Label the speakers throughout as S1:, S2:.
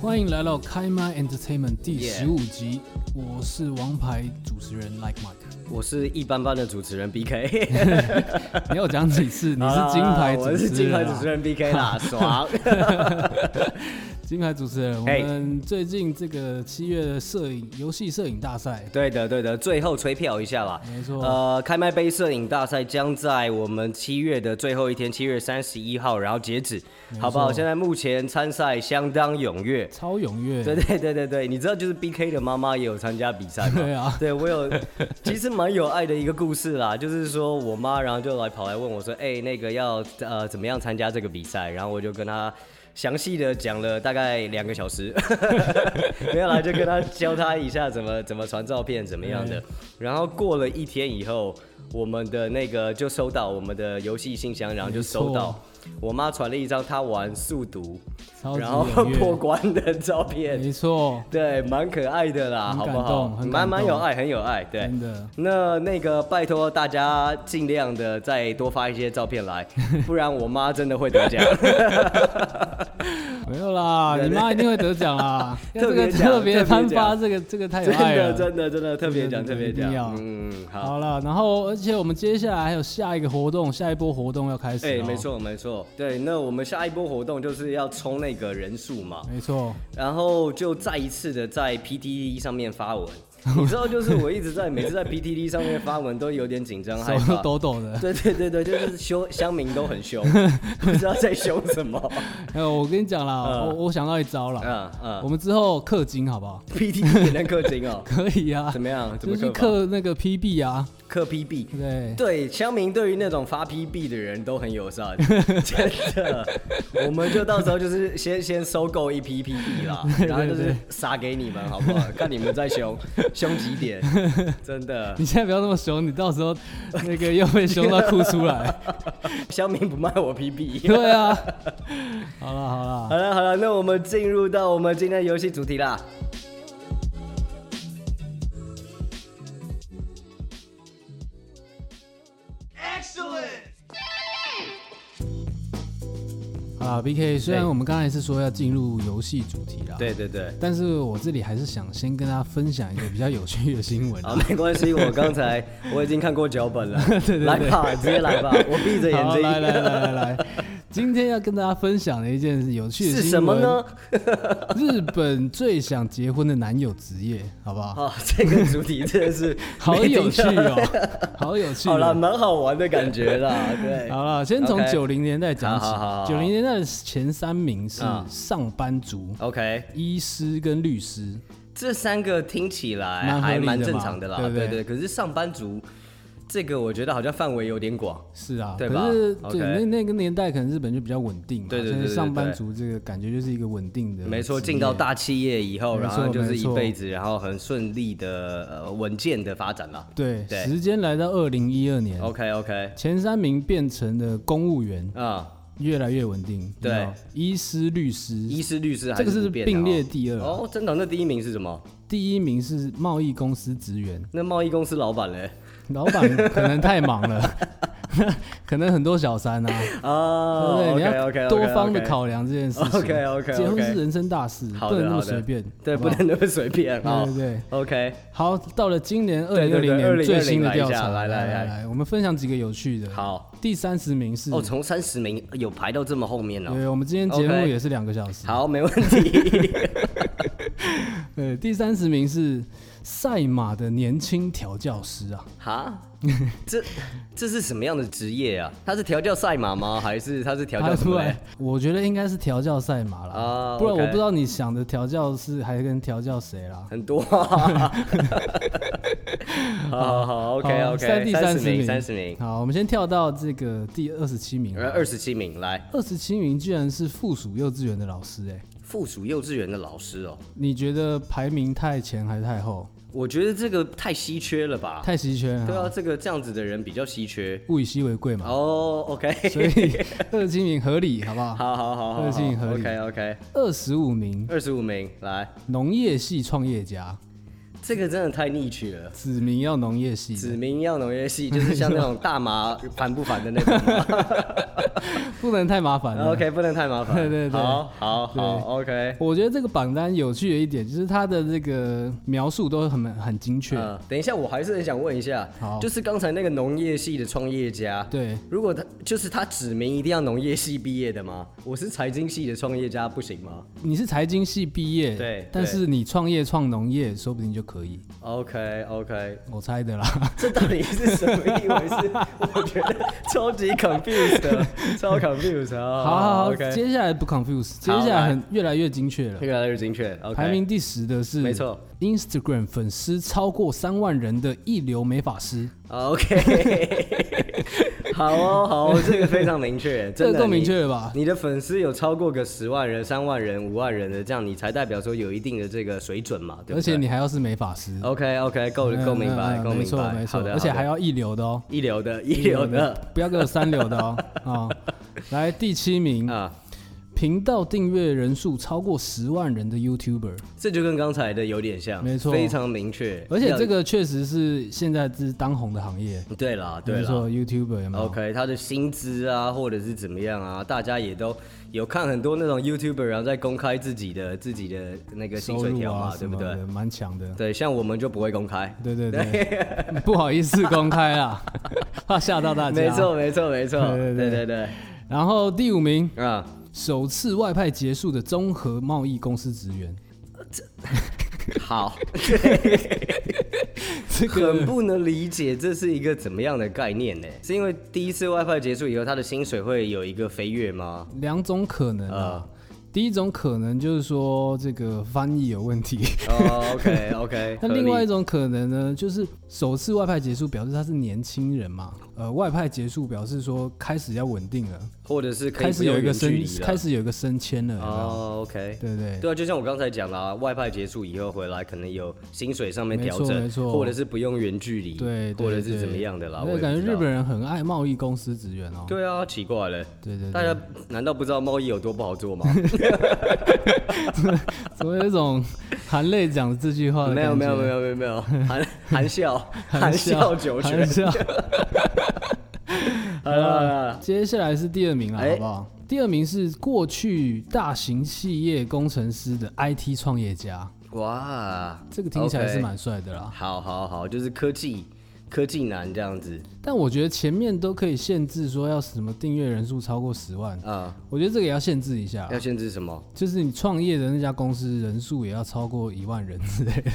S1: 欢迎来到开麦 Entertainment 第
S2: Yeah
S1: 十五集我是王牌主持人 Like Mike。
S2: 我是一般般的主持人 BK，
S1: 你要讲几 次？你
S2: 你
S1: 是金牌
S2: 我
S1: 主
S2: 是
S1: 持
S2: 金
S1: 人、
S2: 牌
S1: 啊，
S2: 主持人 BK 啦，爽。
S1: 金牌主持人。我
S2: 嘿
S1: 们最近这个七月的摄影游戏摄影大赛，
S2: 对的，对的，最后吹票一下啦。
S1: 没错
S2: 呃，开麦杯摄影大赛将在我们七月的最后一天，七月三十一号，然后截止，好不好？现在目前参赛相当踊跃。
S1: 超踊跃。
S2: 对对对对对，你知道就是 B K 的妈妈也有参加比赛吗？
S1: 对啊
S2: 对我有，其实蛮有爱的一个故事啦，就是说我妈然后就来跑来问我说，哎、那个要呃怎么样参加这个比赛？然后我就跟她详细的讲了大概两个小时，没有啦，就跟她教她一下怎么怎么传照片怎么样的。然后过了一天以后，我们的那个就收到我们的游戏信箱，然后就收
S1: 没错
S2: 到我妈传了一张她玩速读。
S1: 超级
S2: 然后
S1: 踊跃
S2: 破关的照片，
S1: 没错，
S2: 对，蛮可爱的啦，
S1: 很
S2: 好
S1: 感
S2: 不
S1: 动嗯
S2: 好？
S1: 很感
S2: 蛮蛮
S1: 动
S2: 有爱，很有爱，对
S1: 真。的
S2: 那那个拜托大家尽量的再多发一些照片 来，不然我妈真的会得奖。
S1: 没有啦，你妈一定会得奖啦。因为这个
S2: 特别奖
S1: 特别
S2: 特别
S1: 颁
S2: 奖
S1: 发，这个这个 太有
S2: 真
S1: 爱
S2: 的
S1: 了，
S2: 真的真的特别
S1: 真的
S2: 奖特别
S1: 一定
S2: 奖
S1: 要，
S2: 嗯，嗯好，
S1: 好了，然后而且我们接下来还有下一个活动，下一波活动要开始、
S2: 哎、
S1: 了。
S2: 没，错没错，对，那我们下一波活动就是要冲那个人数嘛，
S1: 没错，
S2: 然后就再一次的在 PTT 上面发文，你知道，就是我一直在每次在 PTT 上面发文都有点 紧张害
S1: 手
S2: 怕
S1: 都，抖抖的。
S2: 对对对对，就 是凶，乡民都很凶，不知道在凶什么。
S1: 哎，我跟你讲啦，
S2: 嗯
S1: 我我想到一招啦，
S2: 嗯嗯
S1: 我们之后氪金好不 好？
S2: ，PTT 也能氪金 哦？
S1: 可以啊
S2: 怎，么样？怎
S1: 就
S2: 么
S1: 是
S2: 氪法？
S1: 氪那个 PB 啊，
S2: 氪 PB。
S1: 对，
S2: 对，乡民对于那种发 PB 的人都很 友善，真的。我们就到时候就是先先收购一批 PB 啦，然后就是撒给你们，好不好？看你们在凶凶几 点，真的
S1: 你。现在不要那么凶，你到时候 那个又被凶到哭出来。
S2: 乡民不卖我 PB。
S1: 对啊， 好了好了，
S2: 好了好了，那我们进入到我们今天的游戏主题啦。
S1: 啊 BK，虽然
S2: 对
S1: 我们刚才是说要进入游戏主题啦，，
S2: 对对对。
S1: 但是我这里还是想先跟大家分享一个比较有趣的新闻啊
S2: 好，。没关系，我刚才我已经看过脚本了，
S1: 对对
S2: 来吧，直接来吧，我闭着眼
S1: 好，
S2: 睛。
S1: 来来来来来，今天要跟大家分享的一件有趣的
S2: 是
S1: 新
S2: 什么
S1: 闻？
S2: 呢？
S1: 日本最想结婚的男友职业，好不好？
S2: 啊，这个主题真的是
S1: 好
S2: 没
S1: 有
S2: 听
S1: 趣
S2: 到。
S1: 哦，好有趣哦。
S2: 好了，蛮好玩的感觉啦， 对。
S1: 好了，先从
S2: OK
S1: 九零年代讲起
S2: 好好好。好
S1: 九零年代的前三名是
S2: 嗯
S1: 上班族、
S2: OK，
S1: 医师跟律师。
S2: 这三个听起
S1: 蛮合
S2: 来
S1: 理
S2: 还蛮
S1: 的
S2: 正
S1: 嘛
S2: 常的啦，
S1: 对不
S2: 对
S1: 对
S2: 对。可是上班族这个，我觉得好像范围有点广。
S1: 是啊，
S2: 对吧
S1: 可是
S2: OK
S1: 对那那个年代，可能日本就比较稳定嘛，
S2: 对对对
S1: 所以
S2: 对对
S1: 上班族这个感觉就是一个稳定的职业，
S2: 没错，进到大企业以后，
S1: 没
S2: 然
S1: 错
S2: 后就是
S1: 没
S2: 一
S1: 错
S2: 辈子，然后很顺利的呃稳健的发展啦。
S1: 对
S2: 对
S1: 时间来到二零一二年，
S2: OK OK，
S1: 前三名变成了公务员，
S2: 啊，
S1: 越来越稳定。
S2: 对
S1: 有没有，医师、律师，
S2: 医师、律师还
S1: 这个是
S2: 不变的
S1: 并列
S2: 哦
S1: 第二啊。
S2: 哦，真的？那第一名是什么？
S1: 第一名是贸易公司职员，
S2: 那贸易公司老板嘞？
S1: 老板可能太忙了， 可能很多小三啊，对
S2: 啊
S1: 不对？你
S2: OK
S1: 要
S2: OK，
S1: 多方的考量这件事情。
S2: OK，OK，OK
S1: 结婚是人生大事，
S2: 好
S1: 不
S2: 的
S1: 能那么
S2: 好的
S1: 随便。
S2: 对，
S1: 好
S2: 不
S1: 好
S2: 能那么随便啊。
S1: 对对对。
S2: OK，
S1: 好，到了今年二
S2: 对
S1: 零二零年
S2: 对对2020
S1: 最新的
S2: 来一
S1: 调
S2: 下
S1: 查，
S2: 来来
S1: 来
S2: 来
S1: 来，我们分享几个有趣的。，
S2: 好。
S1: 第三十名是
S2: 哦，，从三十名有排到这么后面了。
S1: 嗯对，我们今天节目
S2: OK
S1: 也是两个小时。
S2: 好，没问题。
S1: 对，第三十名是赛马的年轻调教师啊，
S2: 哈，这这是什么样的职业啊？他是调教赛马吗？还是他是调教
S1: 他
S2: 什
S1: 出
S2: 么
S1: 来
S2: 嘞？，
S1: 啊我觉得应该是调教赛马啦，
S2: 啊
S1: 不然
S2: OK
S1: 我不知道你想的调教是还跟调教谁啦。
S2: 很多、啊。 好好好，OK
S1: 好在
S2: OK，
S1: 第
S2: 三
S1: 三
S2: 十
S1: 十
S2: 名，三十名，
S1: 好，我们先跳到这个第二十七名。
S2: 呃，二十七名来，
S1: 二十七名居然是附属幼稚园的老师、哎，
S2: 附属幼稚园的老师哦。
S1: 你觉得排名太前还是太后？
S2: 我觉得这个太稀缺了吧？
S1: 太稀缺了。
S2: 对啊，这个这样子的人比较稀缺。
S1: 物以稀为贵嘛，
S2: 哦、o k
S1: 所以 二十七名合理，好不好？
S2: 好好好好
S1: 这个事情
S2: 好
S1: 合理
S2: ，OK OK，
S1: 二十五名
S2: 二十五名来，
S1: 农业系创业家，
S2: 这个真的太逆取了。
S1: 子民要农业系的，
S2: 指明要农业系，就是像那种大麻烦不烦的那 种嘛。
S1: 不能太麻烦了。
S2: OK，不能太麻烦。
S1: 对对对
S2: 好，好，
S1: 对
S2: 好，OK。
S1: 我觉得这个榜单有趣的一点就是它的这个描述都很很精确。
S2: 嗯，等一下，我还是很想问一下
S1: 好，
S2: 就是刚才那个农业系的创业家，
S1: 对，
S2: 如果他就是他指明一定要农业系毕业的吗？我是财经系的创业家，不行吗
S1: 你是财经系毕业，
S2: 对
S1: 但
S2: 对
S1: 是你创业创农业，说不定就可以。
S2: ？OK OK，
S1: 我猜的啦。
S2: 这到底是什么一回事？我觉得超级 confused，的超 confused 啊！
S1: 好好好
S2: OK，
S1: 接下来不 confuse，接下来很越来越精确了。
S2: 越来越精确。OK，
S1: 排名第十的是
S2: 没错
S1: ，Instagram 粉丝超过三万人的一流美发师，
S2: OK，好 哦，好哦，这个非常明 确，
S1: 这
S2: 真
S1: 个
S2: 的
S1: 够明
S2: 你
S1: 确了吧？
S2: 你的粉丝有超过个十万人、三万人、五万人的，这样你才代表说有一定的这个水准嘛，对
S1: 而
S2: 不对？
S1: 且你还要是美发师，
S2: OK OK，够哦够明白，
S1: 嗯嗯
S2: 够
S1: 没
S2: 明
S1: 错
S2: 白，
S1: 没错
S2: 好，的
S1: 而且
S2: 好的
S1: 还要一流的哦，
S2: 一流的，一流的
S1: 不要给我三流的 哦。啊，来第七名，
S2: 啊，
S1: 频道订阅人数超过十万人的 YouTuber，
S2: 这就跟刚才的有点像，
S1: 没错
S2: 非常明确。
S1: 而且
S2: 要
S1: 这个确实是现在是当红的行业，
S2: 对啦，对
S1: 没
S2: 啦。
S1: 错，YouTuber 有没有？
S2: OK，他的薪资啊，或者是怎么样啊，大家也都有看很多那种 YouTuber，然后在公开自己的自己的那个薪
S1: 收
S2: 水
S1: 入
S2: 条
S1: 啊
S2: 嘛，
S1: 什
S2: 对不
S1: 么
S2: 对？
S1: 的，蛮强的。
S2: 对，像我们就不会公开。
S1: 对对对， 不好意思公开啊， 怕吓到大家。
S2: 没。错，没错，没错，
S1: 对对
S2: 对
S1: 对
S2: 对对，
S1: 然后第五名，
S2: 啊，
S1: 首次外派结束的综合贸易公司职 员，
S2: 好，
S1: 这
S2: 很
S1: 个
S2: 不能理解这是一个怎么样的概念呢？是因为第一次 WiFi 结束以后，他的薪水会有一个飞跃吗？
S1: 两种可能
S2: 呃
S1: 啊。第一种可能就是说这个翻译有问题，
S2: 哦，OK OK，
S1: 那另外一种可能呢，就是首次外派结束表示他是年轻人嘛，
S2: 嗯
S1: 呃，外派结束表示说开始要稳定了，
S2: 或者是可以
S1: 开始
S2: 不用
S1: 有一个
S2: 远距
S1: 升
S2: 离，了
S1: 开始有一个升迁了，有没有
S2: 哦，OK。
S1: 对不对？
S2: 对啊，就像我刚才讲啦，外派结束以后回来，可能有薪水上面调
S1: 没
S2: 整
S1: 错没错，
S2: 或者是不用远距离，
S1: 对，对
S2: 或者是
S1: 对
S2: 怎么样的啦。我
S1: 那
S2: 也
S1: 感觉
S2: 不知道
S1: 日本人很爱贸易公司职员哦。
S2: 对啊，奇怪了，
S1: 对对
S2: 大
S1: 对，
S2: 家难道不知道贸易有多不好 做吗？
S1: 怎么有一种含泪讲这句话的
S2: 没有
S1: 感
S2: 没有
S1: 觉
S2: 没有没有没有，含 含笑含笑九泉
S1: 含。 笑。
S2: 好了好了，
S1: 接下来是第二名了，
S2: 哎
S1: 好不好？第二名是过去大型企业工程师的 IT 创业家，
S2: 哇，
S1: 这个听起来是
S2: OK
S1: 蛮帅的啦。
S2: 好好好，就是科技科技男这样子
S1: 但我觉得前面都可以限制说要什么订阅人数超过十万，
S2: 啊、
S1: 我觉得这个也要限制一下
S2: 要，限制什么？
S1: 就是你创业的那家公司人数也要超过一万人之类的。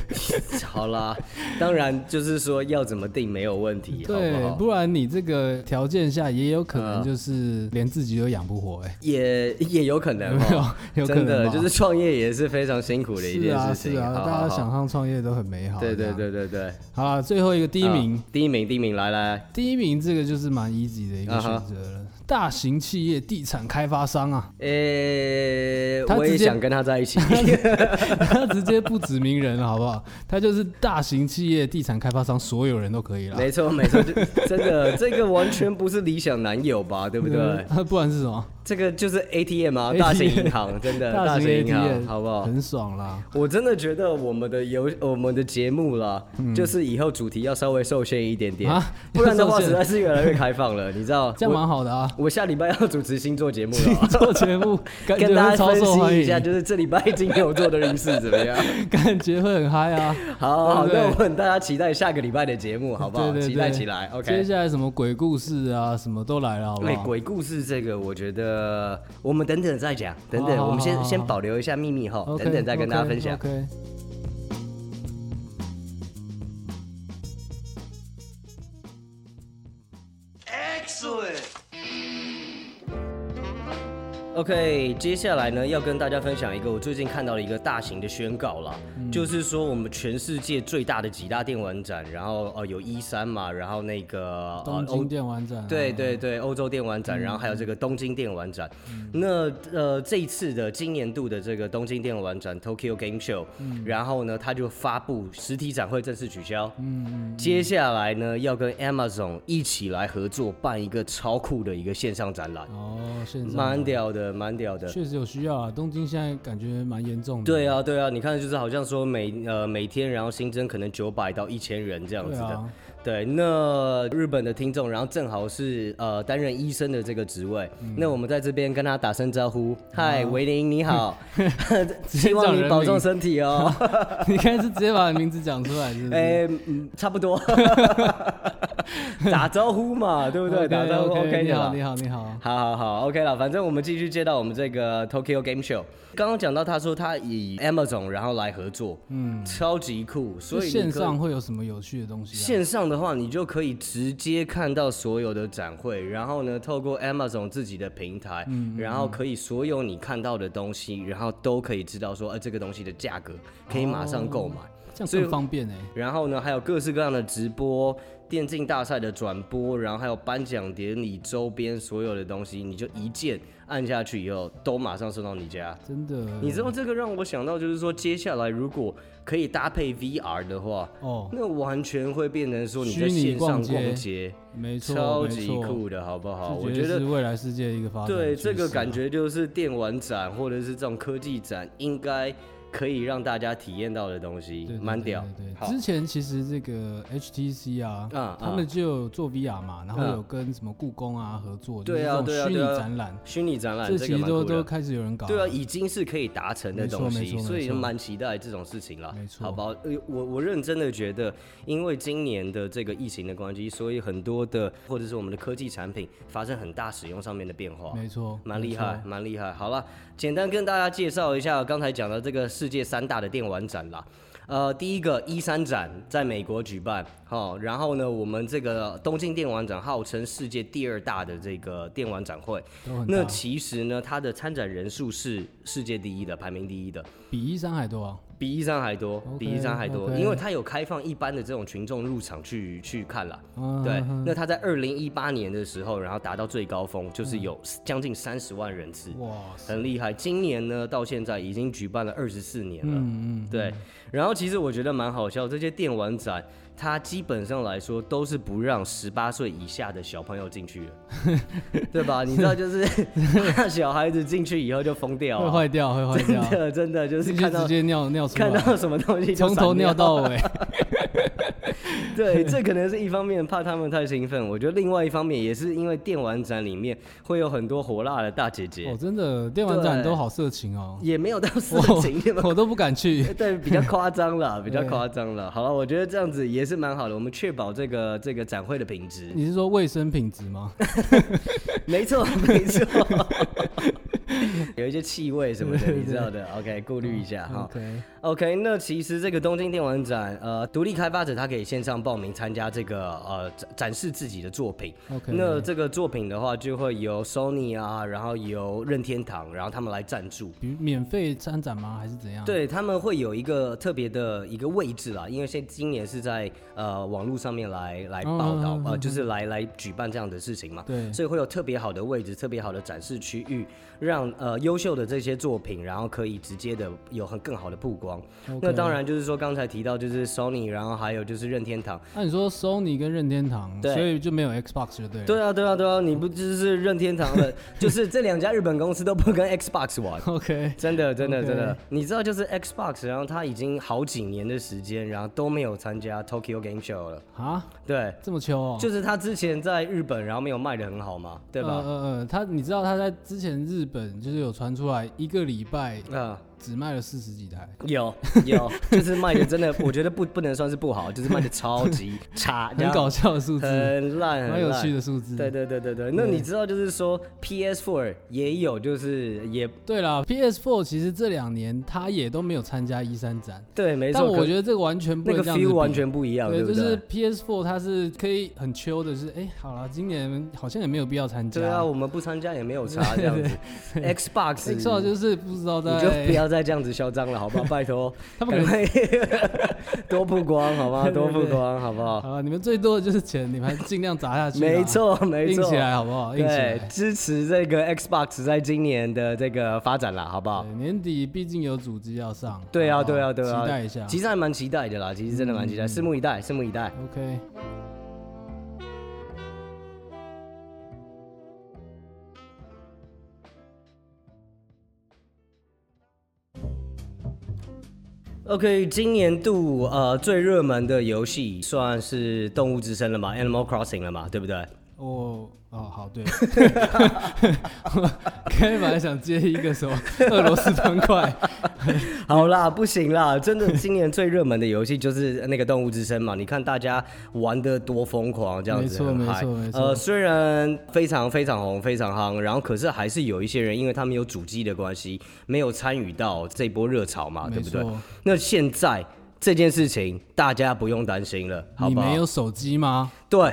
S2: 好啦，当然就是说要怎么定没有问题， 好不
S1: 对，
S2: 好？
S1: 不然你这个条件下也有可能就是连自己都养不活，哎，
S2: 也也有可能
S1: 有没
S2: 哦，
S1: 有？有可
S2: 真
S1: 能
S2: 的
S1: 吧
S2: 就是创业也是非常辛苦的一
S1: 是
S2: 件
S1: 啊
S2: 事
S1: 是
S2: 情。
S1: 啊，大
S2: 好好
S1: 家
S2: 好
S1: 想象创业都很美好。
S2: 对
S1: 这
S2: 对
S1: 样。
S2: 对对对，
S1: 好啦，最后一个第一名，
S2: 啊第一名第一名来来，
S1: 第一名这个就是蛮 easy 的一个
S2: 啊
S1: 选
S2: 哈
S1: 择了。大型企业地产开发商啊，
S2: 呃，
S1: 他
S2: 我也
S1: 直接
S2: 想跟他在 一起。
S1: 他 直接不指名人了，好不好？他就是大型企业地产开发商，所有人都可以啦。
S2: 没错，没错，就真的，这个完全不是理想男友吧，对不对？
S1: 嗯 不然是什么？
S2: 这个就是 ATM 啊，
S1: ATM
S2: 大型银 行，真的，大
S1: 型
S2: 型
S1: A T
S2: 银行，
S1: M，
S2: 好不好？
S1: 很爽啦。
S2: 我真的觉得我们的游，我们的节目啦，就是以后主题要稍微受限一点
S1: 嗯
S2: 点
S1: 啊，
S2: 不然的
S1: 要
S2: 话
S1: 受限
S2: 实在是越来越开放了，你知道？
S1: 这样蛮好的啊。
S2: 我我下礼拜要主持星座节目
S1: 你
S2: 了。啊
S1: 做节目感觉
S2: 跟大
S1: 会
S2: 家
S1: 超
S2: 分
S1: 受欢
S2: 析一
S1: 迎
S2: 下，，就是这礼拜金牛座的运势怎么 样？
S1: 感觉会很嗨啊。
S2: 好，好，
S1: 对不对
S2: 那我们大家期待下个礼拜的节目，好不好？
S1: 对对对，
S2: 期待起来，OK。
S1: 接下来什么鬼故事啊，什么都来了，好不
S2: 对
S1: 好？
S2: 鬼故事这个，我觉得我们等等再讲，等等，
S1: 好好
S2: 我们
S1: 好
S2: 先
S1: 好
S2: 先
S1: 好
S2: 保留一下秘密哈
S1: OK，
S2: 等等再跟大家分享。
S1: OK，, o k
S2: ，OK，接下来呢要跟大家分享一个我最近看到的一个大型的宣告啦，
S1: 嗯
S2: 就是说我们全世界最大的几大电玩展，然后呃有一三嘛，然后那个呃
S1: 东
S2: 欧
S1: 京电玩展、啊，
S2: 对对对，欧洲电玩展，然后还有这个东京电玩展。那呃，这一次的今年度的这个东京电玩展 Tokyo Game Show，、然后呢，它就发布实体展会正式取消。嗯，接下来呢，要跟 Amazon 一起来合作办一个超酷的一个线上展览。
S1: 哦，现在
S2: 蛮屌的，的，蛮屌的。
S1: 确实有需要啊。东京现在感觉蛮严重的。
S2: 对啊，对啊，你看，就是好像说每呃每天，然后新增可能九百到一千人这样
S1: 对
S2: 子的。
S1: 啊，
S2: 对，那日本的听众，然后正好是呃担任医生的这个职位，
S1: 嗯
S2: 那我们在这边跟他打声招呼，
S1: 啊
S2: 嗨，维林你 好，希望你保重身体哦。
S1: 你看是直接把名字讲出来，是不是？
S2: 哎、嗯，差不多，打招呼嘛，对不对
S1: OK，
S2: 打招呼
S1: OK，
S2: OK
S1: 你
S2: 的
S1: 好，
S2: 啦
S1: 你。好，你好。
S2: 好好好，OK 了，反正我们继续接到我们这个 Tokyo Game Show。刚刚讲到，他说他以 Amazon 然后来合作，嗯，超级酷，所以你
S1: 线
S2: 可
S1: 上会有什么有趣的东西、啊？
S2: 线上的话，你就可以直接看到所有的展会，然后呢，透过 Amazon 自己的平台，然后可以所有你看到的东西，然后都可以知道说，呃，这个东西的价格可以马上购买。
S1: 这样
S2: 所以
S1: 更方便哎、
S2: 然后呢，还有各式各样的直播、电竞大赛的转播，然后还有颁奖典礼周边所有的东西，你就一键按下去以后，都马上送到你家。
S1: 真的。
S2: 你知道这个让我想到，就是说接下来如果可以搭配 VR 的话，
S1: 哦，
S2: 那完全会变成说你在
S1: 虚拟
S2: 线上
S1: 逛街
S2: 逛街，
S1: 没错，
S2: 超
S1: 没
S2: 级
S1: 错
S2: 酷的，好不好？
S1: 这
S2: 我
S1: 绝对
S2: 觉得
S1: 是未来世界一个发展趋势啊。
S2: 对这个感觉就是电玩展或者是这种科技展，应该可以让大家体验到的东西
S1: 对，对
S2: 蛮屌
S1: 对对。对
S2: 好
S1: 之前其实这个 HTC 啊，
S2: 啊
S1: 他们就有做 VR 嘛，然后
S2: 嗯
S1: 有跟什么故宫啊合作，
S2: 对啊
S1: 就是
S2: 对
S1: 这
S2: 啊
S1: 种虚
S2: 对啊
S1: 拟展览，
S2: 虚拟展览，
S1: 这
S2: 这
S1: 其
S2: 个
S1: 实
S2: 蛮
S1: 都
S2: 酷
S1: 都
S2: 的。
S1: 开始有人搞。
S2: 对啊，，已经是可以达成的
S1: 没错
S2: 东
S1: 没
S2: 西，
S1: 错没
S2: 所以就
S1: 错
S2: 蛮期待这种事情啦
S1: 没。错
S2: 好吧，呃，我我认真的觉得，因为今年的这个疫情的关系，所以很多的或者是我们的科技产品发生很大使用上面的变化。
S1: 没错，
S2: 蛮厉
S1: 没错
S2: 害，。蛮厉害。好了，简单跟大家介绍一下刚才讲的这个世界三大的电玩展啦。呃，第一个一三展在美国举办，好、然后呢，我们这个东京电玩展号称世界第二大的这个电玩展会，
S1: 都很
S2: 那
S1: 大，
S2: 其实呢，它的参展人数是世界第一的，排名第一的，
S1: 比一山还多啊。
S2: 比一三还多
S1: OK，
S2: 比一三还多
S1: OK
S2: 因为它有开放一般的这种群众入场去去看啦。
S1: 嗯
S2: 对，那它在二零一八年的时候，然后达到最高峰，就是
S1: 嗯
S2: 有将近三十万人次。
S1: 哇塞，
S2: 很厉害。今年呢，到现在已经举办了二十四年了。
S1: 嗯嗯，
S2: 对，然后其实我觉得蛮好笑，这些电玩展它基本上来说都是不让十八岁以下的小朋友进去的， 对吧？你知道，就是 让小孩子进去以后就疯掉
S1: 嗯会
S2: 啊、
S1: 坏掉，会坏
S2: 真
S1: 掉，
S2: 的真的就是
S1: 进去
S2: 看到
S1: 直接尿尿出
S2: 看
S1: 来，
S2: 到什么东西就
S1: 从头
S2: 闪
S1: 尿到尾。
S2: 对，这可能是一方面怕他们太兴奋，我觉得另外一方面也是因为电玩展里面会有很多火辣的大姐姐，
S1: 哦，真的，电玩展
S2: 对
S1: 都好色情哦，
S2: 也没有到色
S1: 我
S2: 情，对吧？
S1: 我都不敢 去。
S2: 对，比较夸张了，比较夸张了。好了，我觉得这样子也是蛮好的，我们确保这个这个展会的品质。
S1: 你是说卫生品质吗？
S2: 没错，没错。 有一些气味什么的，你知道的。OK，顾虑一下
S1: 嗯
S2: 哈。
S1: OK，
S2: OK，那其实这个东京电玩展，呃，独立开发者他可以线上报名参加这个呃展展示自己的作品。
S1: OK
S2: 那这个作品的话，就会由 Sony 啊，然后由任天堂，然后他们来赞助。
S1: 比如免费参展吗？还是怎样？，
S2: 对他们会有一个特别的一个位置啦，因为现今年是在呃网络上面来来报道，
S1: 嗯嗯嗯
S2: 呃，就是来来举办这样的事情嘛。
S1: 对
S2: 所以会有特别好的位置，特别好的展示区域，让呃优秀的这些作品，然后可以直接的有很更好的曝光。那当，然就是说刚才提到就是 Sony，然后还有就是任天堂。
S1: 那你说 Sony 跟任天堂，
S2: 对
S1: 所以就没有 Xbox 就对了。
S2: 对啊，对啊，对啊，你不就是任天堂的？ 就是这两家日本公司都不跟 Xbox 玩。
S1: ，OK，
S2: 真的，真的，
S1: OK
S2: 真的，你知道，就是 Xbox，然后它已经好几年的时间，然后都没有参加 Tokyo Game Show 了。
S1: 啊，
S2: 对，
S1: 这么秋哦。
S2: 就是它之前在日本，然后没有卖的很好嘛，对
S1: 呃
S2: 吧？
S1: 呃呃，他你知道他在之前日本就是有传出来一个礼拜
S2: 啊、
S1: 只卖了四十几台，
S2: 有 有，就是卖的真的，我觉得不不能算是不好，就是卖的超 级差，
S1: 很搞笑的数字，
S2: 很烂，
S1: 蛮
S2: 很
S1: 有趣
S2: 烂。
S1: 的数字。嗯
S2: 对对对对对，那你知道就是说 PS4 也有，就是也
S1: 对啦 p s Four 其实这两年他也都没有参加一三展，
S2: 对，没错。
S1: 但我
S2: 可
S1: 觉得这个完全不能
S2: 那个
S1: 这样子比
S2: feel 完全不一样，对
S1: 对，
S2: 不
S1: 就
S2: 对？
S1: 是 PS4 它是可以很秋的，就是哎、好了，今年好像也没有必要参加。
S2: 对啊，我们不参加也没 有差这样子。Xbox
S1: ，Xbox 就是不知道
S2: 你就不
S1: 在，
S2: 要再这样子嚣张了，好不好？拜托，
S1: 他们
S2: 赶
S1: 可能
S2: 快 多曝光，好吗？
S1: 对对
S2: 多
S1: 对
S2: 曝光，好不好？
S1: 好了，你们最多的就是钱，你们还尽量砸下去。
S2: 没，错，没
S1: 硬
S2: 错
S1: 起，来好不好？硬起来。
S2: 对，支持这个 Xbox 在今年的这个发展啦，好不好？
S1: 对年底毕竟有主机要上。
S2: 对啊，
S1: 好不好
S2: 对啊，对啊，
S1: 期待一下。
S2: 其实还蛮期待的啦，其实真的蛮
S1: 嗯
S2: 期待，拭目以待，拭目以待。
S1: OK，
S2: OK，今年度呃最热门的游戏算是《动物之声》了嘛，《Animal Crossing》了嘛，对不对？
S1: 哦哦，好，对，我 刚才本来想接一个什么俄罗斯方 块，
S2: 好啦，不行啦，真的，今年最热门的游戏就是呃那个《动物之声》嘛。你看大家玩的多疯狂，这样子
S1: 没错
S2: 很嗨
S1: 没错没错
S2: 呃，虽然非常非常红，非常夯，然后可是还是有一些人，因为他们有主机的关系，没有参与到这波热潮嘛，啊对
S1: 没
S2: 不对
S1: 错？
S2: 那现在这件事情大家不用担心了，好
S1: 你
S2: 不好？
S1: 没有手机吗？
S2: 对，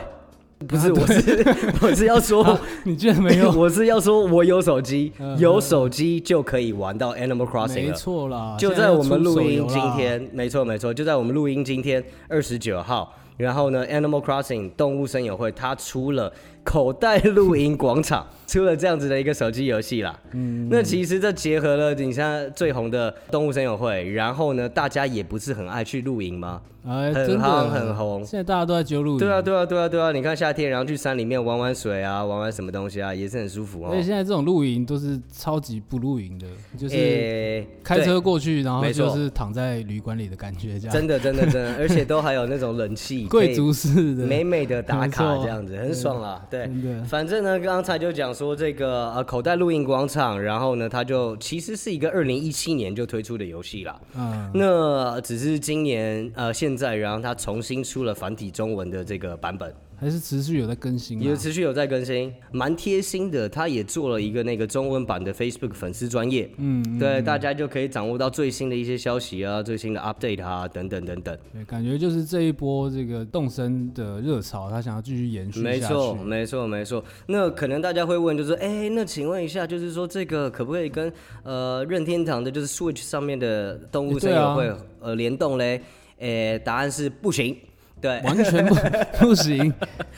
S2: 不是，我是我是要说。
S1: 啊你居然没有，
S2: 我是要说，我有手机，
S1: 嗯
S2: 有手机就可以玩到 Animal Crossing
S1: 没
S2: 了。
S1: 错啦，
S2: 就
S1: 啊现
S2: 在
S1: 要
S2: 我们
S1: 出
S2: 录
S1: 手
S2: 音
S1: 游啦
S2: 今，天，没错没错，就在我们录音今天二十九号。然后呢，Animal Crossing 动物森友会它出了口袋露营广场，出了这样子的一个手机游戏啦。嗯，那其实这结合了你现在最红的动物森友会，然后呢，大家也不是很爱去露营吗？
S1: 哎，
S2: 很
S1: 真
S2: 夯
S1: 的
S2: 很红
S1: 现在大家都在揪露营，
S2: 对啊，对啊，对啊，对啊！你看夏天，然后去山里面玩玩水啊，玩玩什么东西啊，也是很舒服哦
S1: 而且。现在这种露营都是超级不露营的，就是
S2: 诶
S1: 开
S2: 对
S1: 车过去，然后
S2: 没错
S1: 就是躺在旅馆里的感觉，这样
S2: 真的真的真的，而且都还有那种冷气，可
S1: 贵
S2: 以
S1: 族式的，
S2: 美美的打卡
S1: 没错
S2: 这样子，很爽啦。对
S1: 真，的
S2: 反正呢，刚才就讲说这个呃口袋露营广场，然后呢，它就其实是一个二零一七年就推出的游戏啦。
S1: 嗯，
S2: 那只是今年呃现在，然后它重新出了繁体中文的这个版本，
S1: 还是持续有在更新
S2: 也
S1: 啊，
S2: 持续有在更新，蛮贴心的。它也做了一个那个中文版的 Facebook 粉丝专业，嗯，对，大家就可以掌握到最新的一些消息啊，最新的 update 啊，等等等等。
S1: 对，感觉就是这一波这个动身的热潮，他想要继续延续
S2: 没
S1: 下
S2: 错，
S1: 去。
S2: 没错，没错。那可能大家会问，就是哎、那请问一下，就是说这个可不可以跟呃任天堂的，就是 Switch 上面的动物森友会、
S1: 对啊
S2: 呃联动嘞？诶、答案是不行，对，
S1: 完全不不行，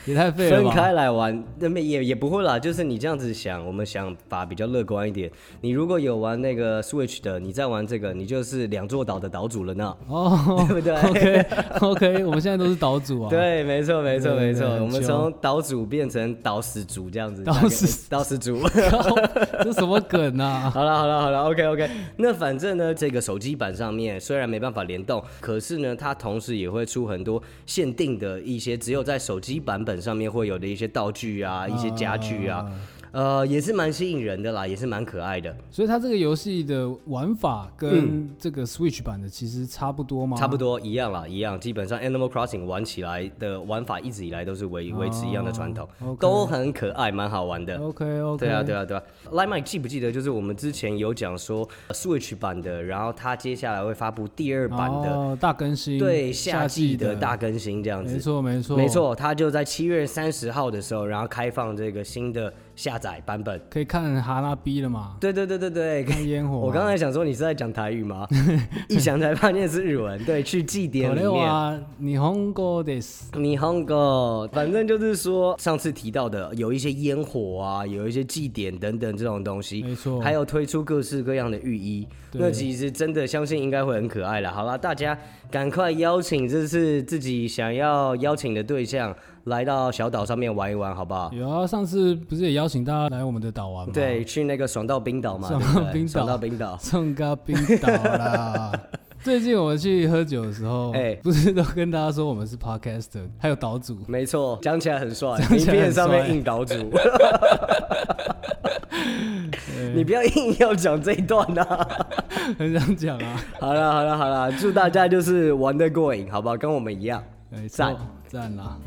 S1: 也太废了
S2: 分
S1: 吧！
S2: 开来玩，那么也也不会啦。就是你这样子想，我们想法比较乐观一点。你如果有玩那个 Switch 的，你再玩这个，你就是两座岛的岛主了呢。
S1: 哦，
S2: 对不对
S1: OK OK，我们现在都是岛主啊。，
S2: 对，没错，没错，
S1: 对
S2: 没错。
S1: 对
S2: 我们
S1: 就
S2: 从岛主变成岛死族这样子，
S1: 岛死
S2: 岛死族。
S1: 这什么梗啊？
S2: 好了好了好了，OK OK。那反正呢，这个手机版上面虽然没办法联动，可是呢，它同时也会出很多限定的一些只有在手机版本上面会有的一些道具啊、一些家具啊，呃，也是蛮吸引人的啦，也是蛮可爱的，
S1: 所以它这个游戏的玩法跟这个 Switch 版的其实差不多吗？
S2: 嗯差不
S1: 多。
S2: 多一样啦，一样。基本上 Animal Crossing 玩起来的玩法一直以来都是维维持一样的传统，
S1: 哦，OK
S2: 都很可爱，蛮好玩的。
S1: OK OK。
S2: 对啊，对
S1: 啊。
S2: 啊，对啊。Line Mike 记不记得，就是我们之前有讲说呃 Switch 版的，然后它接下来会发布第二版的
S1: 哦，大更新。
S2: 对夏
S1: 夏
S2: 季的
S1: 的
S2: 大，更新这样
S1: 没
S2: 子。
S1: 错没错
S2: 没，错，它就在七月三十号的时候，然后开放这个新的下载版本。
S1: 可以看哈拉逼了嘛？
S2: 对对对对对。
S1: 看烟火嘛。
S2: 我刚才想说你是在讲台语吗？一想才发现是日文。对，去祭典
S1: こ
S2: 里
S1: れ
S2: 面，
S1: は啊日本語です。
S2: 你 h o n g o 反正就是说上次提到的，有一些烟火啊，有一些祭典等等这种东西，
S1: 没错
S2: 还有推出各式各样的浴衣。
S1: 哦对
S2: 那其实真的相信应该会很可爱了。好了，大家赶快邀请，这是自己想要邀请的对象来到小岛上面玩一玩，好不好？
S1: 有啊，上次不是也邀请大家来我们的岛玩吗？，
S2: 对，去那个爽到冰岛嘛，
S1: 爽
S2: 对
S1: 到
S2: 不对
S1: 冰岛
S2: 爽到冰岛。
S1: 送个冰岛 啦。最近我们去喝酒的时候，
S2: 哎
S1: 不是都跟大家说我们是 podcaster，还有岛主，
S2: 没错，讲起来很帅，
S1: 讲
S2: 名
S1: 起来很
S2: 片上面
S1: 帅
S2: 印岛主。你不要硬要讲这一段啊！
S1: 很想讲啊，
S2: 好了好了好了，祝大家就是玩得过瘾，好不好？跟我们一样。
S1: 没错
S2: 赞
S1: 哎赞啊啦。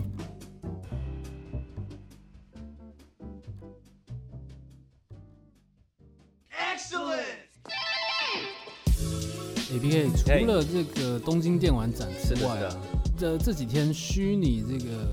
S1: A P K 除了这个东京电玩展之
S2: 是的
S1: 外
S2: 是的
S1: 啊，这这几天虚拟这个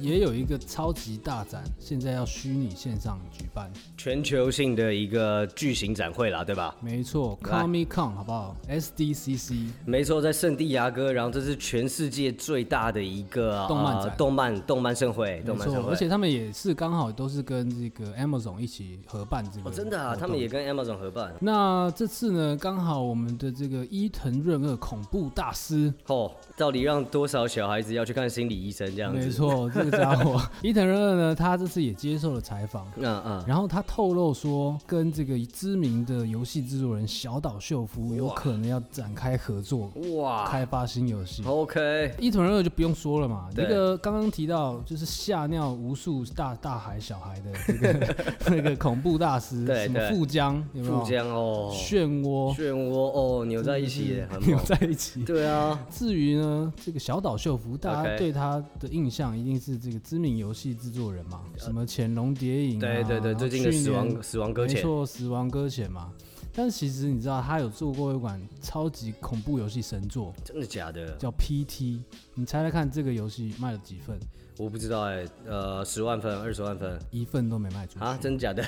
S1: 也也有一个超级大展，现在要虚拟线上举办，
S2: 全球性的一个巨型展会啦，对吧？
S1: 没错
S2: 来
S1: ，Comic Con 好不好？SDCC
S2: 没错，在圣地亚哥，然后这是全世界最大的一个
S1: 动漫展
S2: 呃、动漫动漫盛会，动
S1: 没
S2: 漫盛
S1: 错，
S2: 会。
S1: 而且他们也是刚好都是跟这个 Amazon 一起合办这个、
S2: 哦，真的啊，他们也。跟 Amazon 合办。
S1: 那这次呢，刚好我们的这个伊藤润二恐怖大师，
S2: 哦，到底让多少导小孩子要去看心理医生这样子。
S1: 没，错，这个家 伙伊藤润二呢，他这次也接受了采访，
S2: 嗯嗯，
S1: 然后他透露说，跟这个知名的游戏制作人小岛秀夫有可能要展开合作，
S2: 嗯哇
S1: 开发新游戏。
S2: ，OK，
S1: 伊藤润二就不用说了嘛，
S2: 对
S1: 那个刚刚提到就是吓尿无数大大海小孩的这个 那个恐怖大师，
S2: 对
S1: 什么
S2: 对
S1: 富江有没有？
S2: 富江哦，
S1: 漩涡
S2: 漩涡哦，扭在一起耶，很
S1: 扭
S2: 猛。
S1: 在一起。
S2: 对啊，
S1: 至于呢，这个小岛秀夫，大家
S2: OK
S1: 对他的印象一定是这个知名游戏制作人嘛，什么《潜龙谍影》啊，
S2: 呃对对对，最近的
S1: 去
S2: 死
S1: 年
S2: 亡死亡搁
S1: 没
S2: 浅，
S1: 错，《死亡搁浅》嘛。但其实你知道，他有做过一款超级恐怖游戏神作，
S2: 真的假的？
S1: 叫 PT。你猜猜看，这个游戏卖了几份？
S2: 我不知道哎，呃，十万分，二十万分
S1: 一份都没卖出去。
S2: 啊，真的 假 的？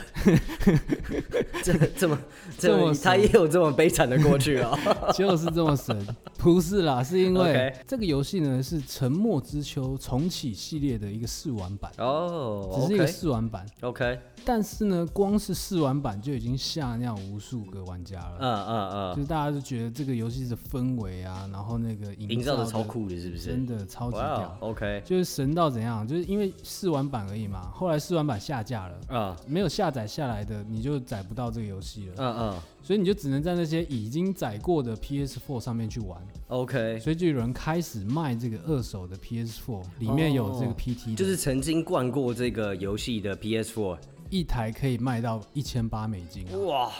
S2: 这这么
S1: 这
S2: 这
S1: 么
S2: 么，他也有这么悲惨的过 去啊？
S1: 就是这么 神，不是啦，是因为
S2: OK
S1: 这个游戏呢是《沉默之秋》重启系列的一个试玩版，
S2: 哦
S1: 只是一个试玩版。
S2: ，OK，OK，
S1: 但是呢，光是试玩版就已经吓尿无数个玩家了。
S2: 嗯嗯
S1: 就
S2: 嗯，
S1: 是大家就觉得这个游戏的氛围啊，然后那个
S2: 营造
S1: 的
S2: 的超，酷的，是不是
S1: 真？的超级
S2: 哇哦
S1: 屌。
S2: ，OK，
S1: 就是神到怎样，就是因为试玩版而已嘛。后来试玩版下架了，
S2: 啊，
S1: 没有下载下来的你就载不到这个游戏了，
S2: 嗯嗯
S1: 所以你就只能在那些已经载过的 PS4 上面去玩。
S2: ，OK，
S1: 所以就有人开始卖这个二手的 PS4，里面有这个
S2: 哦
S1: PT，、
S2: 就是曾经灌过这个游戏的 PS4，
S1: 一台可以卖到一千八美金啊。
S2: 哇，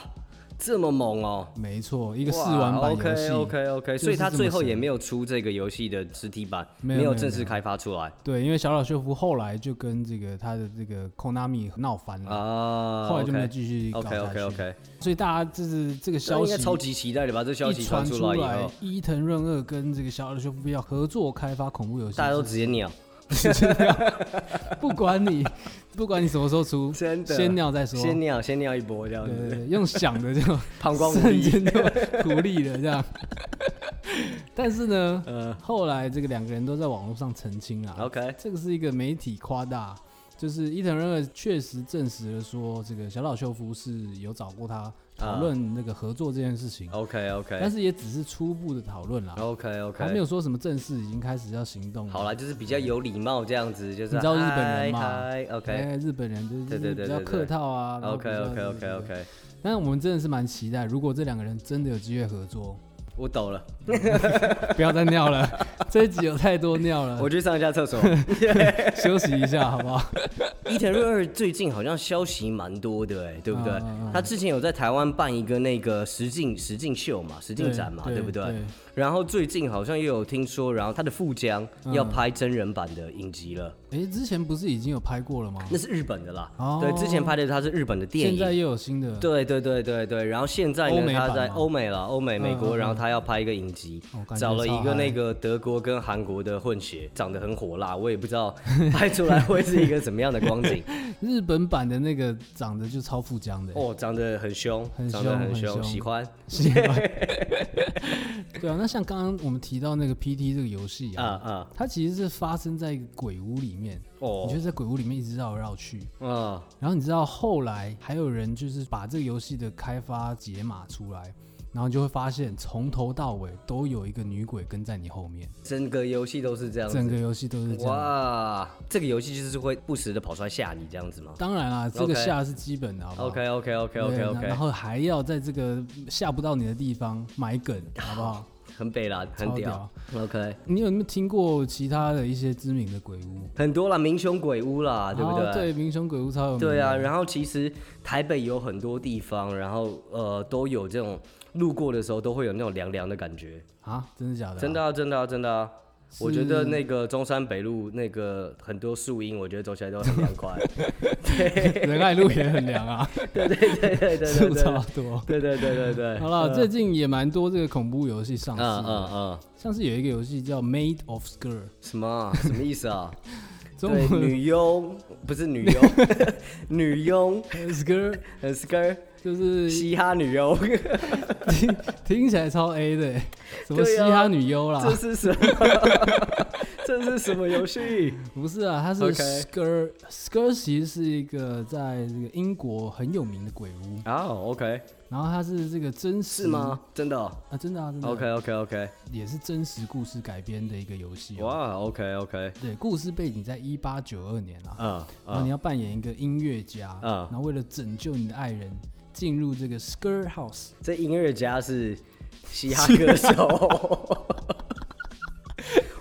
S2: 这么猛哦！
S1: 没错，一个试玩版游戏。
S2: OK OK OK，
S1: 就是
S2: 所以他最后
S1: 这么
S2: 也
S1: 神
S2: 没有出这个游戏的实体版，
S1: 没有
S2: 没
S1: 没有
S2: 有正式开发出来
S1: 对，因为小岛秀夫后来就跟这个他的这个 Konami 闹翻了，
S2: 啊。
S1: 后来就没有继续搞下
S2: OK
S1: 去。
S2: OK OK，
S1: 所以大家就是这个消
S2: 应
S1: 息
S2: 该超级期待的吧？这消息
S1: 一传出
S2: 传出来以后，
S1: 伊藤润二跟这个小岛秀夫要合作开发恐怖游戏，
S2: 大家都直接鸟。
S1: 不管你不管你什么时候出，
S2: 真的
S1: 先尿再说。
S2: 先尿，先尿一波这样
S1: 对对
S2: 子，
S1: 对，用想的就
S2: 膀胱无
S1: 瞬
S2: 力
S1: 间就无力了这样。 但是呢，
S2: 呃
S1: 后来这个两个人都在网络上澄清 啊
S2: OK
S1: 这个是一个媒体夸大，就是伊藤润二确实证实了说，这个小岛秀夫是有找过他讨论那个合作这件事情，
S2: OK
S1: 但
S2: 哦 OK 哦
S1: 是也只是初步的讨论啦，
S2: OK
S1: 还没
S2: OK，
S1: 有说什么正式已经开始要行动。
S2: 好啦，就是比较有礼貌这样子，就是
S1: 你知道日本人嘛
S2: 嗨嗨，OK
S1: 哎，日本人就是
S2: 对
S1: 就是
S2: 对
S1: 比
S2: 对
S1: 较
S2: 对对
S1: 客套啊。然后比
S2: OK
S1: 较
S2: OK
S1: 对
S2: OK
S1: 对对
S2: OK，
S1: 但是我们真的是蛮期待，如果这两个人真的有机会合作，
S2: 我懂了，
S1: 不要再尿了， 这一集有太多尿了，
S2: 我去上一下 厕所。
S1: 休息一下好不 好？
S2: 伊藤润二最近好像消息蛮多的哎、对不对？
S1: 嗯嗯嗯
S2: 他之前有在台湾办一个那个实境实境秀嘛，实境展嘛，对不对？然后最近好像又有听说，然后他的富江
S1: 嗯
S2: 要拍真人版的影集了，
S1: 哎，之前不是已经有拍过了吗？
S2: 那是日本的啦。
S1: 哦
S2: 对，之前拍的他是日本的电
S1: 现在
S2: 影。
S1: 又有新的，
S2: 对对对对对，然后现在
S1: 欧
S2: 呢，
S1: 美版
S2: 他在
S1: 吗嗯
S2: 欧美了，欧美美国，然后他要拍一个影集
S1: 哦感觉，
S2: 找了一
S1: 超
S2: 个
S1: 嗨
S2: 那个德国跟韩国的混血，长得很火 辣，我也不知道拍出来会是一个怎么样的光景。
S1: 日本版的那个长得就超富江的，
S2: 哦，长得很凶，
S1: 很
S2: 长得
S1: 凶
S2: 很
S1: 很凶
S2: 喜欢
S1: 是吗 对啊，那像刚刚我们提到那个 PT 这个游戏
S2: 啊
S1: 啊，
S2: 啊
S1: 它其实是发生在一个鬼屋里面，你就
S2: 哦
S1: 在鬼屋里面一直绕来绕去。
S2: 啊
S1: 然后你知道后来还有人就是把这个游戏的开发解码出来，然后你就会发现从头到尾都有一个女鬼跟在你后面，
S2: 整个游戏都是这样
S1: 整
S2: 子。
S1: 个游戏都是这样。
S2: 哇，这个游戏就是会不时的跑出来吓你这样子吗
S1: 当然啊啦，这个
S2: OK
S1: 下是基本的，好不好
S2: ？OK OK OK
S1: 对
S2: OK
S1: 然然
S2: OK，
S1: 后还要在这个吓不到你的地方埋梗，好不好？
S2: 很北蓝，很
S1: 超
S2: 屌。OK，
S1: 你有没有听过其他的一些知名的鬼屋？
S2: 很多啦，民雄鬼屋啦，啊对不
S1: 哦对，
S2: 对？
S1: 民雄鬼屋超有名。
S2: 对啊，，然后其实台北有很多地方，然后呃都有这种路过的时候都会有那种凉凉的感觉，
S1: 啊，真的假的啊？
S2: 真的啊，真的啊，真的啊。我觉
S1: 是
S2: 得那个中山北路那个很多树荫，我觉得走起来都很 凉快。
S1: 仁爱路也很凉啊，
S2: 对对对对对 对
S1: 树
S2: 对
S1: 超多。
S2: 对对对对对，
S1: 好了，最近也蛮多这个恐怖游戏上市
S2: 嗯嗯
S1: 的，
S2: 嗯，
S1: 像是有一个游戏叫《Made of Scare》，
S2: 什么啊什么意思啊？
S1: 中
S2: 对，
S1: 文
S2: 女佣不是女 佣，女佣
S1: Scare
S2: s k i r
S1: 就是
S2: 嘻哈女佣，
S1: 听听起来超 A 的欸，什么
S2: 对
S1: 嘻
S2: 啊
S1: 哈女优啦
S2: 这，是什么？ 这是什么游戏？
S1: 不是啊，它是
S2: OK
S1: Skr Skr 其实是一个在这个英国很有名的鬼屋，
S2: 哦、o k
S1: 然后它是这个真实
S2: 是吗？真的哦、
S1: 啊，真的啊，真的
S2: o k OK OK，
S1: 也是真实故事改编的一个游戏、哦。
S2: 哇，OK OK，
S1: 对，故事背景在一八九二年啊，
S2: 嗯
S1: 然后你
S2: 嗯，
S1: 要扮演一个音乐家，
S2: 嗯
S1: 然后为了拯救你的爱人，进入这个 Skr House，
S2: 这音乐家是嘻哈歌手。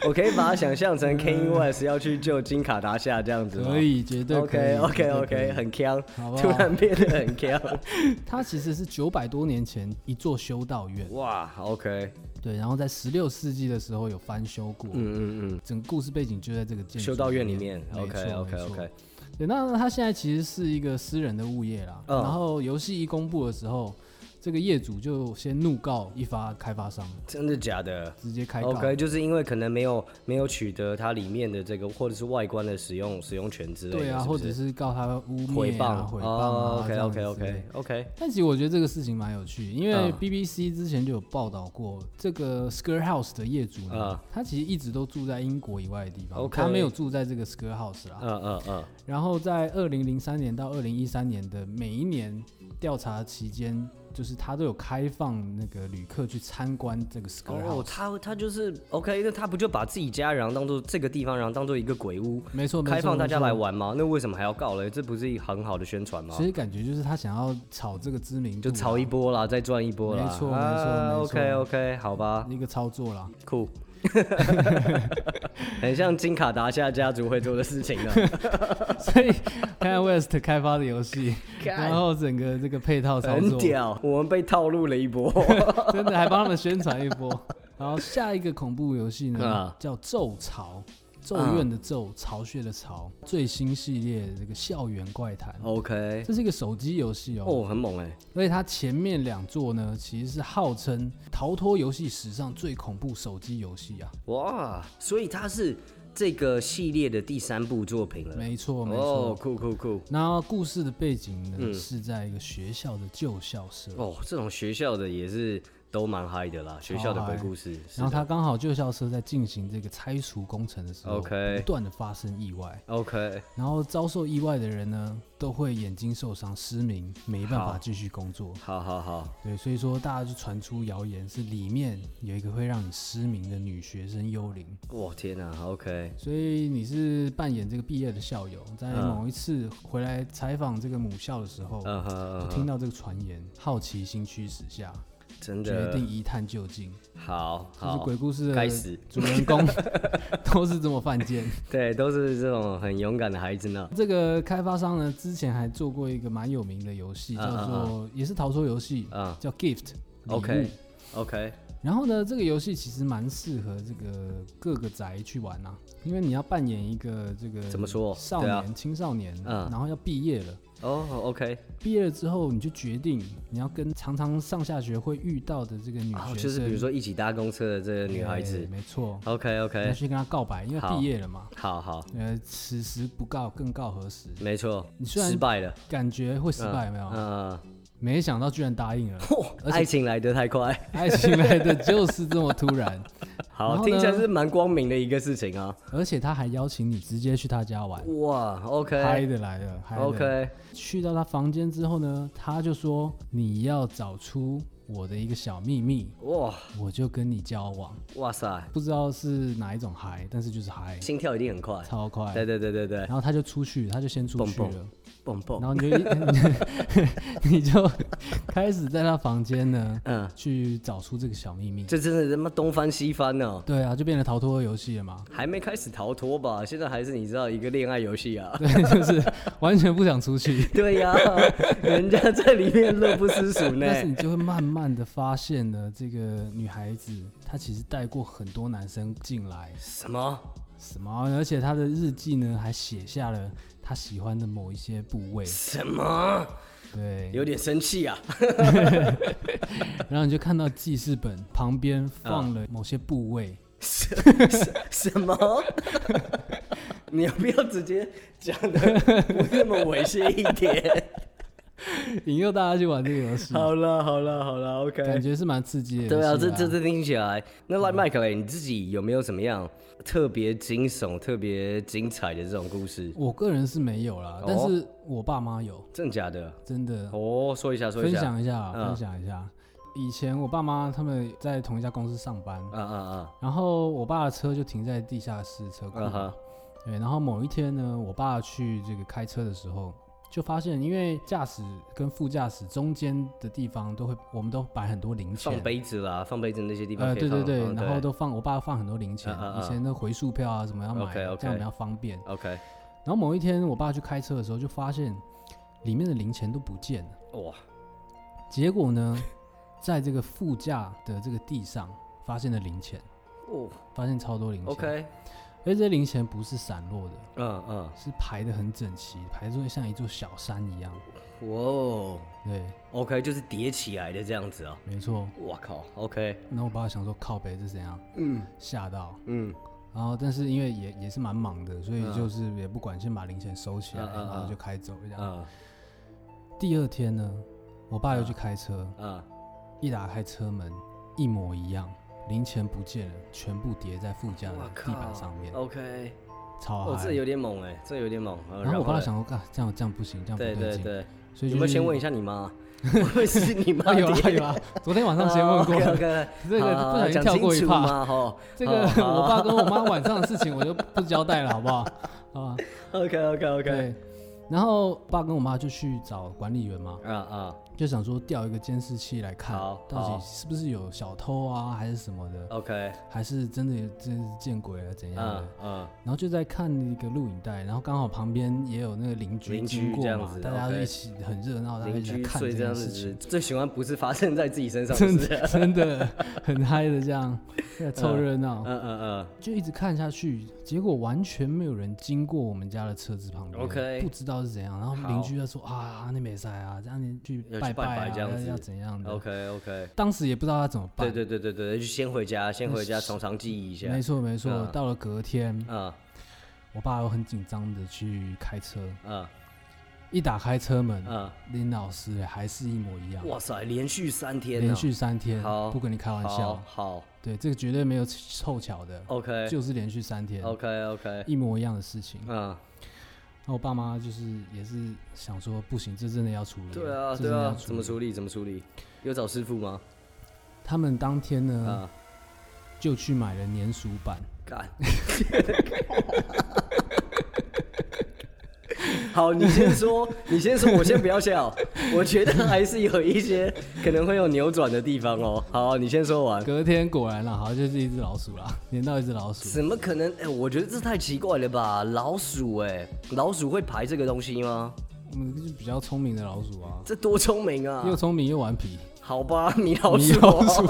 S2: 我可以把它想象成 Kanye West 要去救金卡达夏这样子吗？
S1: 嗯可以，绝对可以
S2: OK OK
S1: 绝对
S2: OK，
S1: 可以
S2: 很强
S1: 好不，好
S2: 突然变得 很强。
S1: 它其实是九百多年前一座修道院，
S2: 哇，OK，
S1: 对，然后在十六世纪的时候有翻修过，
S2: 嗯嗯嗯，
S1: 整个故事背景就在这个建筑
S2: 修道院里面
S1: 没错
S2: ，OK OK
S1: 没错
S2: OK，
S1: 对，那它现在其实是一个私人的物业啦。
S2: 嗯
S1: 然后游戏一公布的时候，这个业主就先怒告一发开发商，
S2: 真的假的？
S1: 直接开告。
S2: OK，就是因为可能没有没有取得它里面的这个或者是外观的使用使用权之类的，
S1: 对啊，
S2: 是
S1: 或
S2: 不
S1: 者
S2: 是
S1: 是告他污
S2: 回
S1: 蔑啊、
S2: 谤
S1: 诽
S2: 哦
S1: 谤啊、这
S2: OK
S1: 样
S2: OK
S1: 之类
S2: OK
S1: 的
S2: OK，
S1: 但其实我觉得这个事情蛮有趣，因为
S2: 嗯
S1: BBC 之前就有报道过，这个 Skr House 的业主呢，
S2: 嗯
S1: 他其实一直都住在英国以外的地方
S2: OK
S1: 他没有住在这个 Skr House 啦。
S2: 嗯嗯嗯，
S1: 然后在二零零三年到二零一三年的每一年调查期间，就是他都有开放那个旅客去参观这个 Skr House。
S2: 哦，他他就是 OK，那他不就把自己家然后当做这个地方，然后当做一个鬼屋，
S1: 没错，没错
S2: 开放大家。
S1: 没
S2: 来
S1: 错
S2: 玩吗？那为什么还要告嘞？这不是很好的宣传吗
S1: 其？实感觉就是他想要炒这个知名度啊
S2: 就
S1: 啦，
S2: 炒一波啦，再赚一波啦。
S1: 没错没错没错
S2: OK OK，好吧，
S1: 一个操作啦。
S2: 酷。很像金卡达夏家族会做的事情啊！
S1: 所以 Kanye West 开发的游戏，
S2: 干
S1: 然后整个这个配套 操
S2: 很
S1: 作，
S2: 屌，我们被套路了 一波。
S1: 真的还帮他们宣传一波。 然后下一个恐怖游戏呢
S2: 啊，
S1: 叫《咒潮》，咒怨的咒，巢穴的巢，最新系列的这个校园怪谈。
S2: OK，
S1: 这是一个手机游戏哦，
S2: 哦，很猛哎，
S1: 而且它前面两座呢，其实是号称逃脱游戏史上最恐怖手机游戏啊。
S2: 哇！所以它是这个系列的第三部作品了。
S1: 没错，没错。
S2: 哦，酷酷酷！
S1: 然后故事的背景呢，是在一个学校的旧校舍，
S2: 哦，这种学校的也是都蛮嗨的啦，学校的鬼故事。是
S1: 然后它刚好旧校舍在进行这个拆除工程的时候
S2: OK
S1: 不断的发生意外，
S2: OK，
S1: 然后遭受意外的人呢，都会眼睛受伤、失明，没办法
S2: 好
S1: 继续工作。
S2: 好好好，
S1: 对，所以说大家就传出谣言是里面有一个会让你失明的女学生幽灵。
S2: 我天哪，OK，
S1: 所以你是扮演这个毕业的校友，在
S2: 嗯
S1: 某一次回来采访这个母校的时候，
S2: 嗯哼
S1: 就
S2: 嗯
S1: 哦听
S2: 哼，
S1: 到这个传言，好奇心驱使下，
S2: 真
S1: 决
S2: 的
S1: 定一探究竟。
S2: 好
S1: 就是
S2: 好
S1: 鬼，故事
S2: 该
S1: 的
S2: 死
S1: 主人公 都是这么犯贱。
S2: 对，都是这种很勇敢的孩子呢。
S1: 这个开发商呢，之前还做过一个蛮有名的游戏，
S2: 嗯
S1: 叫做也是逃脱游戏，
S2: 嗯
S1: 叫 Gift 礼物。
S2: ，OK OK，
S1: 然后呢，这个游戏其实蛮适合这个各个宅去玩啊，因为你要扮演一个这个
S2: 怎么说
S1: 少
S2: 对
S1: 年、
S2: 啊
S1: 青少年，
S2: 嗯
S1: 然后要毕业了。
S2: 哦 OK，
S1: 毕业了之后，你就决定你要跟常常上下学会遇到的这个女学生，
S2: 哦，就是比如说一起搭公车的这个女孩
S1: 对
S2: 子
S1: 没错，
S2: ，OK
S1: 你要
S2: OK，
S1: 去跟她告白，因为
S2: 好
S1: 毕业了嘛。
S2: 好好，
S1: 呃，此时不告，更告何时？
S2: 没错，
S1: 你虽然
S2: 失败了，
S1: 感觉会失败，有没有？
S2: 嗯，
S1: 没想到居然答 应了，而且
S2: 爱情来得太快，
S1: 爱情来的就是这么突然，然
S2: 好，
S1: 后
S2: 听起来
S1: 呢
S2: 是蛮光明的一个事情啊。
S1: 而且他还邀请你直接去他家 玩，
S2: 哇
S1: 嗨
S2: ，OK
S1: 的来了，嗨的。
S2: OK，
S1: 去到他房间之后呢，他就说你要找出我的一个小秘密，
S2: 哇
S1: 我就跟你交往。
S2: 哇塞，
S1: 不知道是哪一种嗨，但是就是嗨，
S2: 心跳一定很快。
S1: 超快。
S2: 对对对对对
S1: 然，后他就出去，他就先出去了，
S2: 蹦蹦蹦
S1: 然
S2: 蹦，
S1: 后你就一 你就开始在他房间呢
S2: 嗯，
S1: 去找出这个小秘密。
S2: 这真的他妈东翻西翻呢、
S1: 对啊，就变成逃脱游戏了嘛。
S2: 还没开始逃脱吧？现在还是你知道一个恋爱游戏啊？
S1: 对，就是完全不想出 去。
S2: 对 呀、人家在里面乐不思蜀呢
S1: 但。是你就会慢慢的发现呢，这个女孩子她其实带过很多男生进来，
S2: 什么？
S1: 什么，而且她的日记呢还写下了她喜欢的某一些部位，
S2: 什么？
S1: 对，
S2: 有点生气啊！
S1: 然后你就看到记事本旁边放了某些部 位，
S2: 什什什么？ 你要不要直接讲的不那么猥亵一点？
S1: 引诱大家去玩这个游戏，
S2: 好了好了好了
S1: 感
S2: ，OK。
S1: 觉是蛮刺激的。
S2: 对啊，这这这听起来，那 Like Mike 嘞，你自己有没有什么样特别惊悚、特别精彩的这种故事？
S1: 我个人是没有
S2: 哦
S1: 啦，但是我爸妈有，
S2: 真的假的？
S1: 真的
S2: 哦，说一下说一
S1: 分
S2: 下。
S1: 享一下，
S2: 嗯
S1: 分享一下。以前我爸妈他们在同一家公司上班，
S2: 啊啊啊！
S1: 然后我爸的车就停在地下室车库
S2: 嗯
S1: 嘛
S2: 哼，
S1: 对，然后某一天呢，我爸去这个开车的时候，就发现因为驾驶跟副驾驶中间的地方都会，我们都摆很多零
S2: 放
S1: 钱。
S2: 杯子啦，放杯子那些地方
S1: 呃，
S2: 可
S1: 对
S2: 以放。
S1: 对对，
S2: 嗯
S1: 然后都放我爸放很多零钱，
S2: 啊啊啊
S1: 以前的回数票啊什么要买
S2: OK，OK
S1: 这样比较方便。
S2: OK。
S1: 然后某一天我爸去开车的时候，就发现里面的零钱都不见了。
S2: 哇，
S1: 结果呢，在这个副驾的这个地上发现了零钱，
S2: 哦
S1: 发现超多零钱。
S2: ，OK，
S1: 而这些零钱不是散落的，
S2: 嗯嗯，
S1: 是排的很整齐，排出像一座小山一样。
S2: 哇哦
S1: 对，
S2: ，OK，就是叠起来的这样子啊。
S1: 没错。
S2: 哇靠，OK，
S1: 然后我爸想说靠北这怎样，
S2: 嗯
S1: 吓到。
S2: 嗯，
S1: 然后但是因为也也是蛮忙的，所以就是也不管，先把零钱收起来，
S2: 嗯嗯嗯
S1: 然后就开走这样。
S2: 啊
S1: 第二天呢，我爸又去开车，
S2: 啊，
S1: 一打开车门，一模一样，零钱不见了，全部叠在副驾的
S2: 哇靠，
S1: 地板上面，
S2: OK，
S1: 超
S2: 哦，
S1: 嗨
S2: 这。有点猛哎，这有点猛。呃
S1: 然后我爸
S2: 嘞，
S1: 想说，干这样这样不行，这样不
S2: 对
S1: 劲，
S2: 对对，
S1: 所以
S2: 有
S1: 就
S2: 没有先问一
S1: 下？
S2: 下 你妈？会是你妈
S1: 啊，
S2: 叠
S1: 有
S2: 的？
S1: 啦有啦，昨天晚上先 问过
S2: 哦
S1: 了。
S2: OK，
S1: 这个不小心跳过一趴
S2: 嘛吼。
S1: 这个我爸跟我妈晚上的事情我就不交代了，好不好？啊，
S2: OK OK OK，
S1: 对。然后爸跟我妈就去找管理员嘛，
S2: 啊啊
S1: 就想说调一个监视器来看
S2: 好，
S1: 到
S2: 好
S1: 底是不是有小偷啊，还是什么的，
S2: ，OK，啊
S1: 还是真的有真是见鬼了怎样的
S2: 嗯？嗯，
S1: 然后就在看一个录影带，然后刚好旁边也有那个邻居
S2: 邻居
S1: 经过
S2: 这样
S1: 嘛
S2: 子，
S1: 大家就
S2: OK
S1: 一起很热闹，大家
S2: 邻
S1: 一起
S2: 居
S1: 来看这
S2: 所以这
S1: 件
S2: 样
S1: 事
S2: 子
S1: 情，
S2: 最喜欢不是发生在自己身上，是
S1: 真
S2: 不是？
S1: 的真的很嗨的这 样，在凑热闹。
S2: 嗯嗯
S1: 就一直看下去，结果完全没有人经过我们家的车子旁边
S2: OK
S1: 不知道是怎样。然后
S2: 好
S1: 邻居就说啊，那没塞啊，这样你去
S2: 要去
S1: 拜
S2: 拜
S1: 啊，
S2: 拜这样
S1: 要
S2: 子
S1: 要怎样
S2: 嗯
S1: 的
S2: ，OK OK，
S1: 当时也不知道他怎么办。
S2: 对对对对对，就先回家，先回家从长计议一下。
S1: 没错没错。
S2: 嗯
S1: 到了隔天，
S2: 啊
S1: 我爸又很紧张的去开车，
S2: 啊
S1: 一打开车门，
S2: 啊！
S1: 林老师还是一模一样，
S2: 哇塞，连续三天啊，
S1: 连续三天
S2: 好，
S1: 不跟你开玩
S2: 好
S1: 笑，
S2: 好
S1: 对，这个绝对没有凑巧的，
S2: ，OK
S1: 就是连续三天
S2: OK OK，
S1: 一模一样的事情。
S2: 嗯，
S1: 那我爸妈就是也是想说，不行，这真的要处理。
S2: 对啊
S1: 这
S2: 对
S1: 真的要
S2: 啊，
S1: 处理
S2: 怎么处理怎么处理？有找师傅吗？
S1: 他们当天呢、
S2: 啊，
S1: 就去买了粘鼠板，
S2: 干。好，你先说，你先说，我先不要笑，我觉得还是有一些可能会有扭转的地方哦。好，你先说完。
S1: 隔天果然啦，好像就是一只老鼠啦，粘到一只老鼠。
S2: 怎么可能？哎、我觉得这太奇怪了吧！老鼠、哎，老鼠会排这个东西吗？
S1: 我们就是比较聪明的老鼠啊，
S2: 这多聪明啊
S1: 又！聪明又顽皮。
S2: 好吧，米老
S1: 米
S2: 鼠、
S1: 老鼠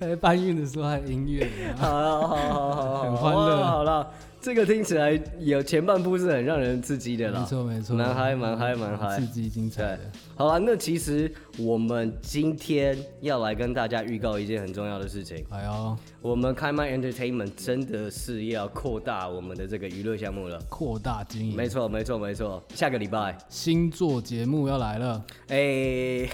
S1: 在搬运的时候还有音乐，你知道吗
S2: 好好好好好，
S1: 很欢乐
S2: 哇好了，这个听起来有前半部是很让人刺激的啦。
S1: 没错没错，
S2: 蛮嗨蛮嗨蛮嗨
S1: 啊刺激精彩
S2: 对
S1: 的。，
S2: 好了，那其实我们今天要来跟大家预告一件很重要的事情，
S1: 哎呦，
S2: 我们开麦 Entertainment 真的是要扩大我们的这个娱乐项目了。
S1: 扩大经营，
S2: 没错，没错，没错。下个礼拜，
S1: 星座节目要来了，
S2: 哎、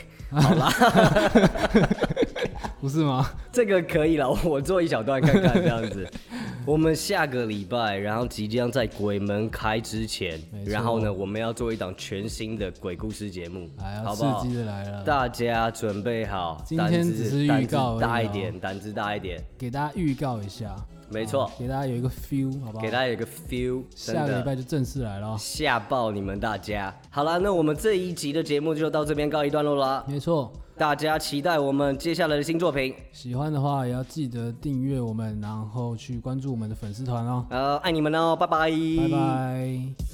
S1: 不是吗？
S2: 这个可以了， 我做一小段看看这样子。 我们下个礼拜，然后即将在鬼门开之前
S1: 没，错
S2: 然后呢，我们要做一档全新的鬼故事节目，
S1: 哎呀，
S2: 好不
S1: 刺
S2: 好？
S1: 激的来了，
S2: 大家准备好，
S1: 今
S2: 胆
S1: 天
S2: 子
S1: 只是预
S2: 胆子
S1: 告而已
S2: 大一
S1: 哦
S2: 点，胆子大一点，
S1: 给大家预告一下，
S2: 没错
S1: 啊给大家有一个 feel，好不好？
S2: 给大家有个 feel，真
S1: 下个礼
S2: 的
S1: 拜就正式来了哦。
S2: 吓爆你们大家。好啦，那我们这一集的节目就到这边告一段落啦，
S1: 没错，
S2: 大家期待我们接下来的新作品。
S1: 喜欢的话也要记得订阅我们，然后去关注我们的粉丝团哦。
S2: 呃，爱你们哦，拜拜，
S1: 拜拜。